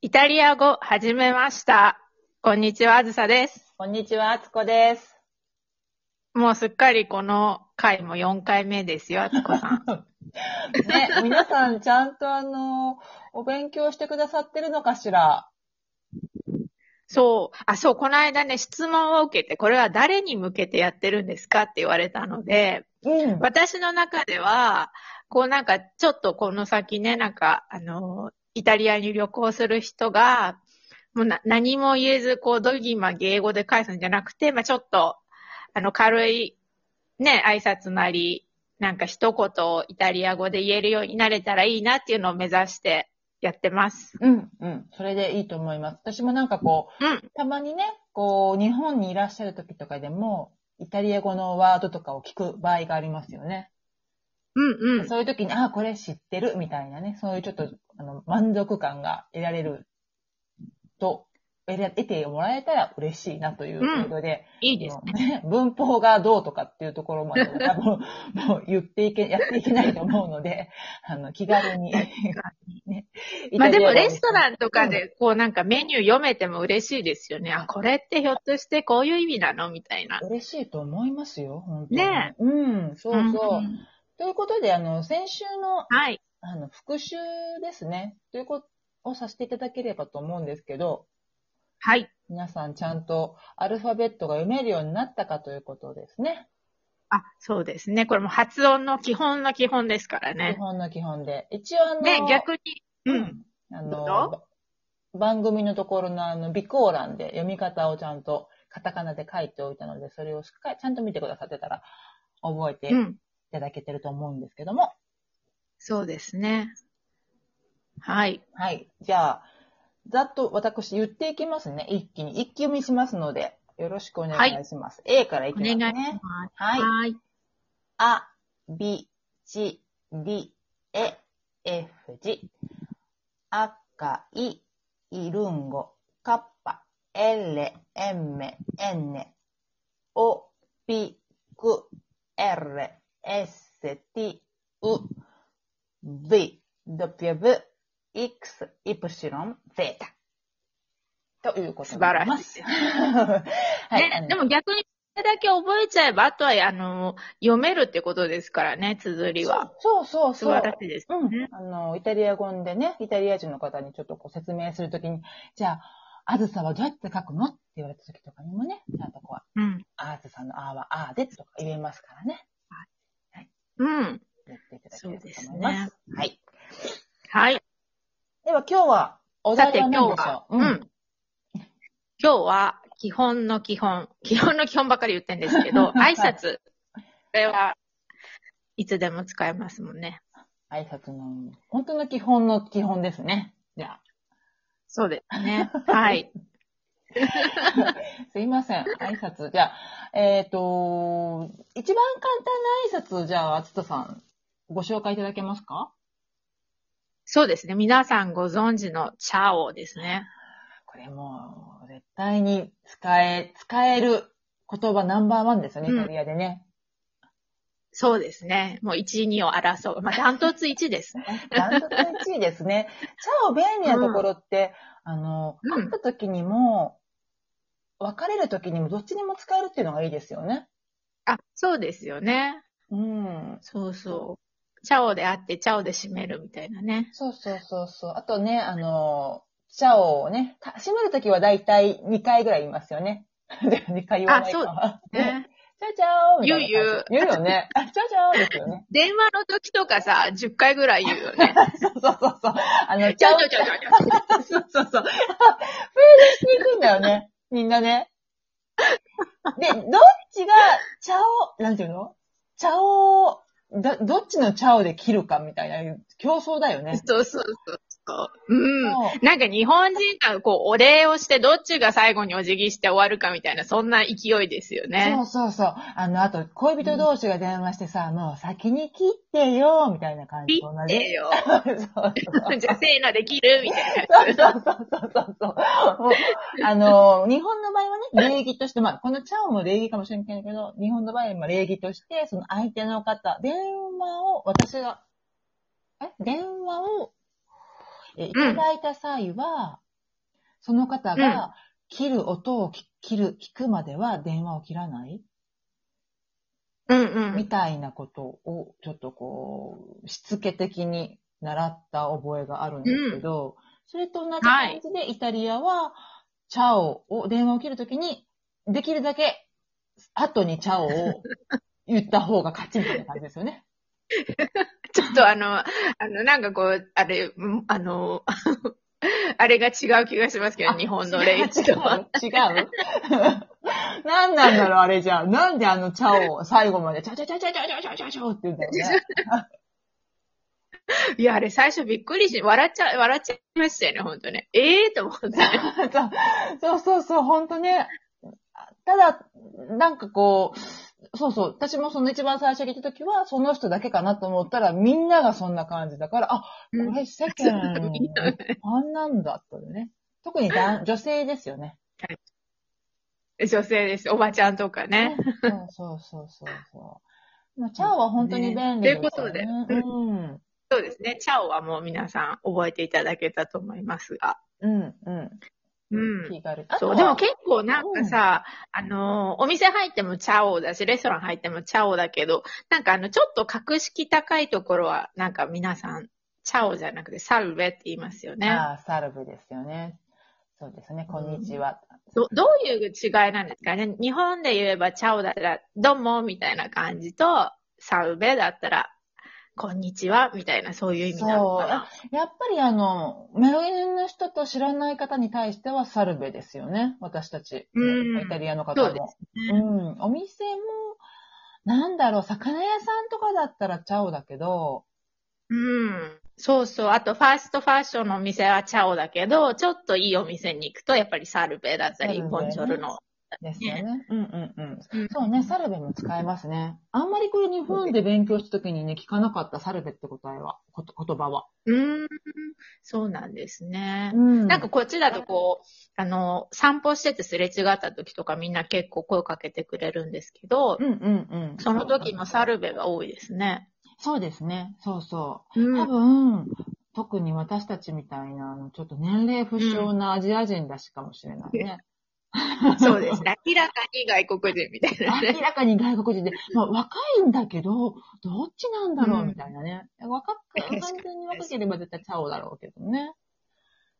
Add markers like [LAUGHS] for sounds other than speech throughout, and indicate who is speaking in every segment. Speaker 1: イタリア語始めました。こんにちは、あずさです。
Speaker 2: こんにちは、あつこです。
Speaker 1: もうすっかりこの回も4回目ですよ、あつこさん。
Speaker 2: ね、 [LAUGHS] 皆さんちゃんとあの、お勉強してくださってるのかしら
Speaker 1: そう。あ、そう、この間ね、質問を受けて、これは誰に向けてやってるんですかって言われたので、
Speaker 2: うん。
Speaker 1: 私の中では、こうなんか、ちょっとこの先ね、なんか、あの、イタリアに旅行する人が、もうな何も言えず、こう、ドギマギ英語で返すんじゃなくて、まあちょっと、あの、軽い、ね、挨拶なり、なんか一言をイタリア語で言えるようになれたらいいなっていうのを目指してやってます。
Speaker 2: うん、うん。それでいいと思います。私もなんかこ
Speaker 1: うん。
Speaker 2: う、たまにね、こう、日本にいらっしゃる時とかでも、イタリア語のワードとかを聞く場合がありますよね。
Speaker 1: うんうん。
Speaker 2: そういう時に、あ、これ知ってるみたいなね、そういうちょっと、あの、満足感が得られると、得ら得てもらえたら嬉しいなということで、
Speaker 1: いいですね。
Speaker 2: ね文法がどうとかっていうとこ
Speaker 1: [LAUGHS]
Speaker 2: ろまでは多分、もう言っていけ、やっていけないと思うので、あの、気軽に。ね、
Speaker 1: まあでもレスト
Speaker 2: ン。
Speaker 1: ランとかでこうなんかメニュー読めても嬉しいですよね。あ、これってひょっとしてこういう意味なのみたいな。
Speaker 2: 嬉しいと思いますよ、本当に。
Speaker 1: ね
Speaker 2: うん、そうそう。
Speaker 1: ん
Speaker 2: ということで、あの、先週の、
Speaker 1: はい。
Speaker 2: あの、復習ですね、ということをさせていただければと思うんですけど、
Speaker 1: はい。
Speaker 2: 皆さんちゃんとアルファベットが読めるようになったかということですね。
Speaker 1: あ、そうですね。これも発音の基本の基本ですから
Speaker 2: 基
Speaker 1: ね。
Speaker 2: 本の基本で。一応あの、
Speaker 1: ね、逆に。うん。どう
Speaker 2: あの、
Speaker 1: ぞ
Speaker 2: ば番組のところのあの、備考欄で読み方をちゃんとカタカナで書いておいたので、それをしっかりちゃんと見てくださってたら、覚えて
Speaker 1: う
Speaker 2: い
Speaker 1: ん。
Speaker 2: ただけてると思うんですけども。
Speaker 1: そうですね。はい。
Speaker 2: はい。じゃあ、ざっと私言っていきますね。一気に。一気読みしますので、よろしくお願いします。A からいき
Speaker 1: お
Speaker 2: ま
Speaker 1: 願い
Speaker 2: す
Speaker 1: しま
Speaker 2: ね。
Speaker 1: す。
Speaker 2: はい。
Speaker 1: はい。
Speaker 2: あ、び、ち、り、え、え、ふじ。あかい、いるんご、かっぱ、えれ、えんめ、えんね。お、ぴ、く、えれ、えせ、て、う、び、どぴょぶ、いくす、いぷしろん、ぜた。ということ
Speaker 1: 素
Speaker 2: に
Speaker 1: 晴
Speaker 2: な
Speaker 1: ら
Speaker 2: りま
Speaker 1: し
Speaker 2: す。
Speaker 1: い。
Speaker 2: [LAUGHS] はあ
Speaker 1: ね、
Speaker 2: の
Speaker 1: でも逆に、これだけ覚えちゃえば、あとは、あの、読めるってことですからね、綴りは。
Speaker 2: そうそうそう。
Speaker 1: 素晴らしいです。
Speaker 2: うん
Speaker 1: ね。
Speaker 2: あの、イタリア語でね、イタリア人の方にちょっとこう説明するときに、じゃあ、あずさはどうやって書くのって言われたときとかにもね、ちゃんとこう、
Speaker 1: うん。
Speaker 2: あずさのあはあでとか言えますからね。
Speaker 1: うん。
Speaker 2: 言っていただければと思います。はい。
Speaker 1: はい。
Speaker 2: では今日は、お
Speaker 1: さ
Speaker 2: 題
Speaker 1: て
Speaker 2: は
Speaker 1: 今日
Speaker 2: 何でし
Speaker 1: は
Speaker 2: ょ、う
Speaker 1: うん。今日は、基本の基本。基本の基本ばかり言ってんですけ [LAUGHS] ど、挨拶。これは、いつでも使えますもんね。
Speaker 2: 挨拶の、本当の基本の基本ですね。じゃあ、
Speaker 1: そうですね。はい。
Speaker 2: すいません。挨拶。じゃあ、えっ、と、一番簡単な挨拶をじゃあ、あずささん、ご紹介いただけますか
Speaker 1: そうですね。皆さんご存知のチャオですね。
Speaker 2: これもう、絶対に使え、使える言葉ナンバーワンですよね、
Speaker 1: うん
Speaker 2: イタリアでね。
Speaker 1: そうですね。もう1、2を争う。まあ、ダントツ1ですね。
Speaker 2: ダントツ1位です
Speaker 1: [LAUGHS]
Speaker 2: ね。チャオ便利なところって、あの、
Speaker 1: う
Speaker 2: 会
Speaker 1: ん
Speaker 2: った時にも、別れる時にもどっちにも使えるっていうのがいいですよね。
Speaker 1: あ、そうですよね。
Speaker 2: うん。
Speaker 1: そうそう。チャオであって、チャオで締めるみたいなね。
Speaker 2: そうそうそうそう。あとね、あの、チャオをね、た閉めるときはだいたい2回ぐらい言いますよね。 [LAUGHS] で2回言わないかは。
Speaker 1: ね
Speaker 2: [LAUGHS] チャオチャオみたいな感じ
Speaker 1: 言う
Speaker 2: 言うよ
Speaker 1: [LAUGHS]
Speaker 2: ね。あチャオチャオですよね。
Speaker 1: 電話の時とかさ、10回ぐらい言うよ [LAUGHS] ね。
Speaker 2: そうそうそうそう。あの、
Speaker 1: ち
Speaker 2: チャ
Speaker 1: ょ
Speaker 2: オ
Speaker 1: ちょちょちょ。
Speaker 2: そうそうそう。フェードしていくんだ
Speaker 1: [LAUGHS]
Speaker 2: よね。みんなね。で、どっちが、チャオ、なんていうのチャオ、だどっちのチャオで切るかみたいな競争だよね。
Speaker 1: そうそうそうそう。うん。
Speaker 2: そう
Speaker 1: なんか日本人がこう、お礼をして、どっちが最後にお辞儀して終わるかみたいな、そんな勢いですよね
Speaker 2: そ。うそうそう。あの、あと、恋人同士が電話してさ、もう先に切ってよ、みたいな感じ
Speaker 1: 切
Speaker 2: と同
Speaker 1: っ
Speaker 2: じ。
Speaker 1: て
Speaker 2: [LAUGHS]
Speaker 1: よ。
Speaker 2: そうそうそう。
Speaker 1: じゃあ、せーので切るみたいな。
Speaker 2: そうそうそうそうそう。もう [LAUGHS] あの、日本の場合はね、礼儀として、まあ、このチャオも礼儀かもしれないけど、日本の場合は礼儀として、その相手の方、電話を、私が、え電話を、えいただいた際は、その方
Speaker 1: う
Speaker 2: が切る音をき切る、聞くまでは電話を切らない
Speaker 1: うん
Speaker 2: みたいなことを、ちょっとこう、しつけ的に習った覚えがあるんですけど、それと同じ感じでイタリアは、チャオを、電話を切るときに、できるだけ、後にチャオを言った方が勝ちみたいな感じですよね。
Speaker 1: ちょっとあの、あの、なんかこう、あれ、うんあの、 [LAUGHS] あれが違う気がしますけど、日本の
Speaker 2: 違
Speaker 1: 例
Speaker 2: う違う
Speaker 1: とは。
Speaker 2: 違う何なんだろう、あれじゃあ。なんであのチャオを最後まで、チャチャチャチャチャチャチャチャって言うんだろうね。
Speaker 1: いや、あれ最初びっくりし、笑っちゃ、笑っちゃいましたよね、ほんとね。ええと思って。
Speaker 2: [LAUGHS] そうそうそう、ほんとね。ただ、なんかこう、そうそう、私もその一番最初に行った時は、その人だけかなと思ったら、みんながそんな感じだから、あ、こ [LAUGHS]
Speaker 1: うん
Speaker 2: れ世間
Speaker 1: そうみんな
Speaker 2: 一般なんだったよね。特に
Speaker 1: [LAUGHS]
Speaker 2: 男女性ですよね。
Speaker 1: 女性です。おばちゃんとかね。
Speaker 2: うんそうそうそうそう。まあ、チャオは本当に便利
Speaker 1: ね
Speaker 2: すよ
Speaker 1: とい
Speaker 2: うん。
Speaker 1: そうですね。チャオはもう皆さん覚えていただけたと思いますが。
Speaker 2: うん、うん。
Speaker 1: うん。
Speaker 2: 気軽。あと
Speaker 1: そ
Speaker 2: は
Speaker 1: う、でも結構なんかさ、あのー、お店入ってもチャオだし、レストラン入ってもチャオだけど、なんかあの、ちょっと格式高いところは、なんか皆さん、チャオじゃなくて、サルベって言いますよね。
Speaker 2: ああ、サルブですよね。そうですね、こんにちは。
Speaker 1: どどういう違いなんですかね日本で言えば、チャオだったら、どうも、みたいな感じと、サルベだったら、こんにちは、みたいな、そういう意味なのかな。
Speaker 2: やっぱりあの、メロインの人と知らない方に対してはサルベですよね、私たち。
Speaker 1: うん
Speaker 2: イタリアの方
Speaker 1: そうで
Speaker 2: も。
Speaker 1: す
Speaker 2: う
Speaker 1: ね
Speaker 2: ん。お店も、なんだろう、魚屋さんとかだったらチャオだけど、
Speaker 1: うん。そうそう。あと、ファーストファッションのお店はチャオだけど、ちょっといいお店に行くと、やっぱりサルベだった
Speaker 2: サル
Speaker 1: り、
Speaker 2: ベね
Speaker 1: ボンジョルの。
Speaker 2: ですよね。うんうんうん。
Speaker 1: うん
Speaker 2: そうね、サルベも使えますね。あんまりこれ日本で勉強した時にね、聞かなかったサルベって答えは、こと言葉は。
Speaker 1: うん。そうなんですね。
Speaker 2: ん
Speaker 1: なんかこっちだとこう、あの、散歩しててすれ違った時とかみんな結構声かけてくれるんですけど
Speaker 2: う、んうんうん。
Speaker 1: その時もサルベが多いですね。
Speaker 2: そうですね、そうそう。
Speaker 1: う
Speaker 2: 多
Speaker 1: ん。
Speaker 2: 分、特に私たちみたいな、あの、ちょっと年齢不詳なアジア人だしかもしれないね。
Speaker 1: そう
Speaker 2: [LAUGHS]
Speaker 1: ですね。明らかに外国人みたいなね。
Speaker 2: 明らかに外国人で、まあ、若いんだけど、どっちなんだろ
Speaker 1: う
Speaker 2: うんみたいなね。若く、
Speaker 1: 確か
Speaker 2: 完
Speaker 1: に
Speaker 2: 全に若ければ絶対チャオだろうけどね。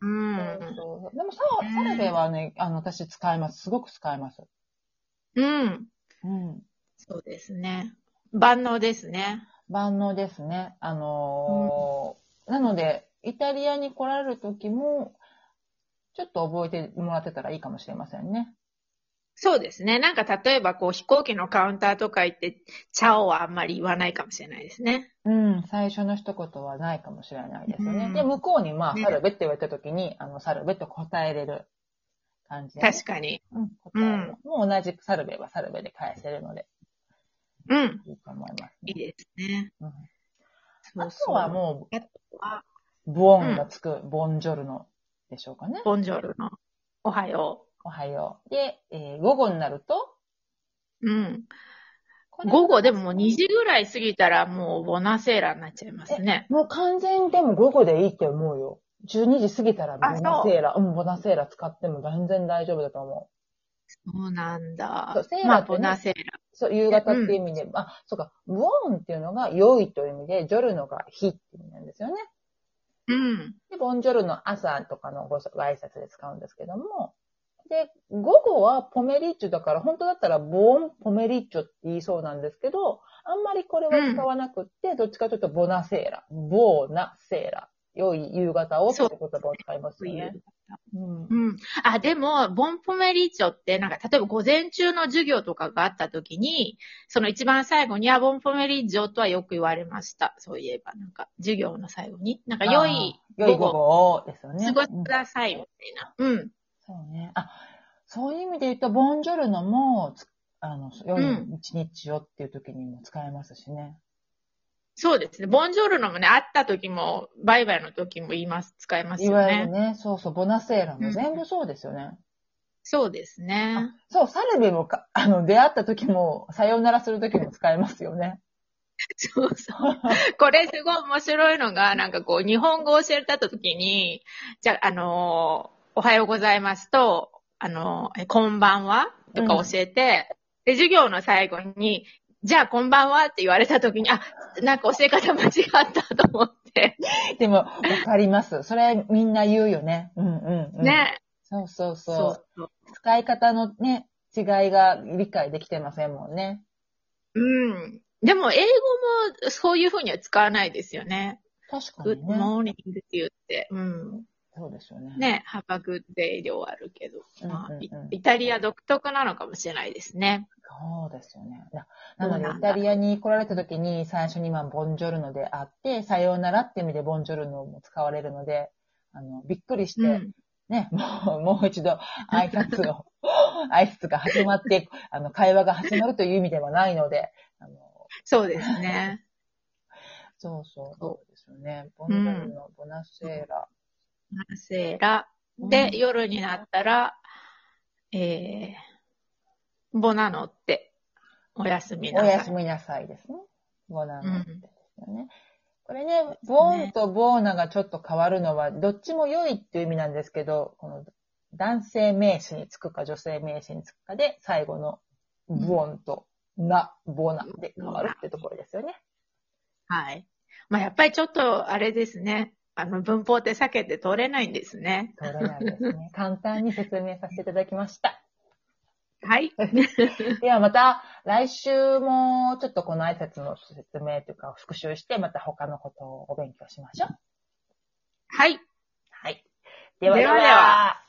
Speaker 1: う。
Speaker 2: そうんそうでもサオ、サルベはね、あの、私使います。すごく使います。
Speaker 1: うん。
Speaker 2: うん。
Speaker 1: そうですね。万能ですね。
Speaker 2: 万能ですね。あのーなので、イタリアに来られる時も、ちょっと覚えてもらってたらいいかもしれませんね。
Speaker 1: そうですね。なんか例えばこう飛行機のカウンターとか行って、チャオはあんまり言わないかもしれないですね。
Speaker 2: うん、最初の一言はないかもしれないですよね。
Speaker 1: うん
Speaker 2: で、向こうに、まあ、
Speaker 1: ね
Speaker 2: サルベって言われた時に、あの、サルベって答えれる感じでね、
Speaker 1: 確かに。
Speaker 2: うん、答えれるもう同じくサルベはサルベで返せるので、
Speaker 1: うん。
Speaker 2: いいと思います
Speaker 1: い
Speaker 2: ね、
Speaker 1: いですね。
Speaker 2: うん
Speaker 1: そう
Speaker 2: あ
Speaker 1: そ
Speaker 2: と
Speaker 1: う
Speaker 2: はも
Speaker 1: あとは、
Speaker 2: う、ボーンがつく、ボンジョルノでしょうかね。
Speaker 1: ボンジョルの、おはよ
Speaker 2: おはよう。で、えー午後になると、
Speaker 1: う。うん。
Speaker 2: これ
Speaker 1: 午後でももう2時ぐらい過ぎたらもうボナセーラになっちゃいますね。
Speaker 2: もう完全にでも午後でいいって思うよ。12時過ぎたらボ
Speaker 1: あそう
Speaker 2: ナセーラ、うん、ボナセーラ使っても全然大丈夫だと思う。
Speaker 1: そうなん
Speaker 2: そ
Speaker 1: だ
Speaker 2: うセーラって。ね
Speaker 1: まあボナセーラ。
Speaker 2: そう、夕方っていう意味で、あ、そうか、ブオーンっていうのが良いという意味で、ジョルノが日っていう意味なんですよね。
Speaker 1: うん。
Speaker 2: で、ボンジョルノ朝とかのごご挨拶で使うんですけども、で、午後はポメリッチョだから、本当だったらボーンポメリッチョって言いそうなんですけど、あんまりこれは使わなくって、どっちかというとボナセーラ、ボーナセーラ、良い夕方をっていう言葉を使いますよね。うん
Speaker 1: うん。あ、でも、ボンポメリーチョって、なんか、例えば午前中の授業とかがあった時に、その一番最後に、あ、ボンポメリーチョとはよく言われました。そういえば、なんか、授業の最後に。なんか、良い
Speaker 2: あー良
Speaker 1: 午
Speaker 2: い
Speaker 1: 後
Speaker 2: 午後をですよね。
Speaker 1: 過ごし
Speaker 2: うん
Speaker 1: ください、みたいな。うん。
Speaker 2: そうね。あ、そういう意味で言うと、ボンジョルノも、つあの、良い一日をっていう時にも使えますしね。
Speaker 1: そうですね。ボンジョルノもね、会った時も、バイバイの時も言います、使います
Speaker 2: い
Speaker 1: よ
Speaker 2: わゆる
Speaker 1: ね。
Speaker 2: ね、そうそう、ボナセーラ
Speaker 1: う
Speaker 2: も
Speaker 1: ん
Speaker 2: 全部そうですよね。
Speaker 1: そうですね。
Speaker 2: そう、サルベもか、あの、出会った時も、さようならする時も使えますよね。
Speaker 1: そうそう。これすごい面白いのが、なんかこう、日本語を教えた時に、じゃあ、あのーおはようございますと、あの、えこんばんはとか教えて、で、授業の最後に、じゃあこんばんはって言われた時に、あ、なんか教え方間違ったと思って、
Speaker 2: でも、わかります。それみんな言うよね。うんうん、うん。。
Speaker 1: ね。
Speaker 2: そうそうそう。
Speaker 1: そうそう。
Speaker 2: 使い方のね、違いが理解できてませんもんね。
Speaker 1: うん。でも、英語もそういうふうには使わないですよね。
Speaker 2: 確か
Speaker 1: good
Speaker 2: にね。
Speaker 1: morning って言って。うん。
Speaker 2: そうですよね。
Speaker 1: ね、have a good day で終わるけど。まあ
Speaker 2: うんうんうん
Speaker 1: イイタリア独特なのかもしれないですね。
Speaker 2: そうですよね。ななの
Speaker 1: そう
Speaker 2: で、
Speaker 1: なん
Speaker 2: イ
Speaker 1: だ
Speaker 2: タリアに来られた時に最初にまあ、ボンジョルノであって、さようならって意味でボンジョルノも使われるので、あの、びっくりして、
Speaker 1: うん。
Speaker 2: ね、 [LAUGHS] もう、もう一度挨拶を、 [LAUGHS] 挨拶が始まって、あの、会話が始まるという意味ではないので、あの、
Speaker 1: そうですね。
Speaker 2: そうそ
Speaker 1: そ
Speaker 2: う、そうですよね。ボンジョルノ、ボナセーラ。
Speaker 1: ナセーラ。で、
Speaker 2: うん
Speaker 1: 夜になったら、えー、ボナノって、おやすみな
Speaker 2: お
Speaker 1: さい。
Speaker 2: やすみなさいですね。ボナナってですよね。これね、ボ
Speaker 1: そうです
Speaker 2: ー
Speaker 1: ね
Speaker 2: ンとボーナがちょっと変わるのは、どっちも良いっていう意味なんですけど、この男性名詞につくか女性名詞につくかで、最後のボーンとな、ボーナで変わるってところですよね。
Speaker 1: はい。まあ、やっぱりちょっと、あれですね。あの、文法って避けて通れないんですね。
Speaker 2: それなんですね。簡単に説明させていただきました。 [LAUGHS]
Speaker 1: はい。
Speaker 2: ではまた来週もちょっとこの挨拶の説明というか復習して、また他のことをお勉強しましょう。
Speaker 1: はい。
Speaker 2: はい。ではでは。
Speaker 1: ではでは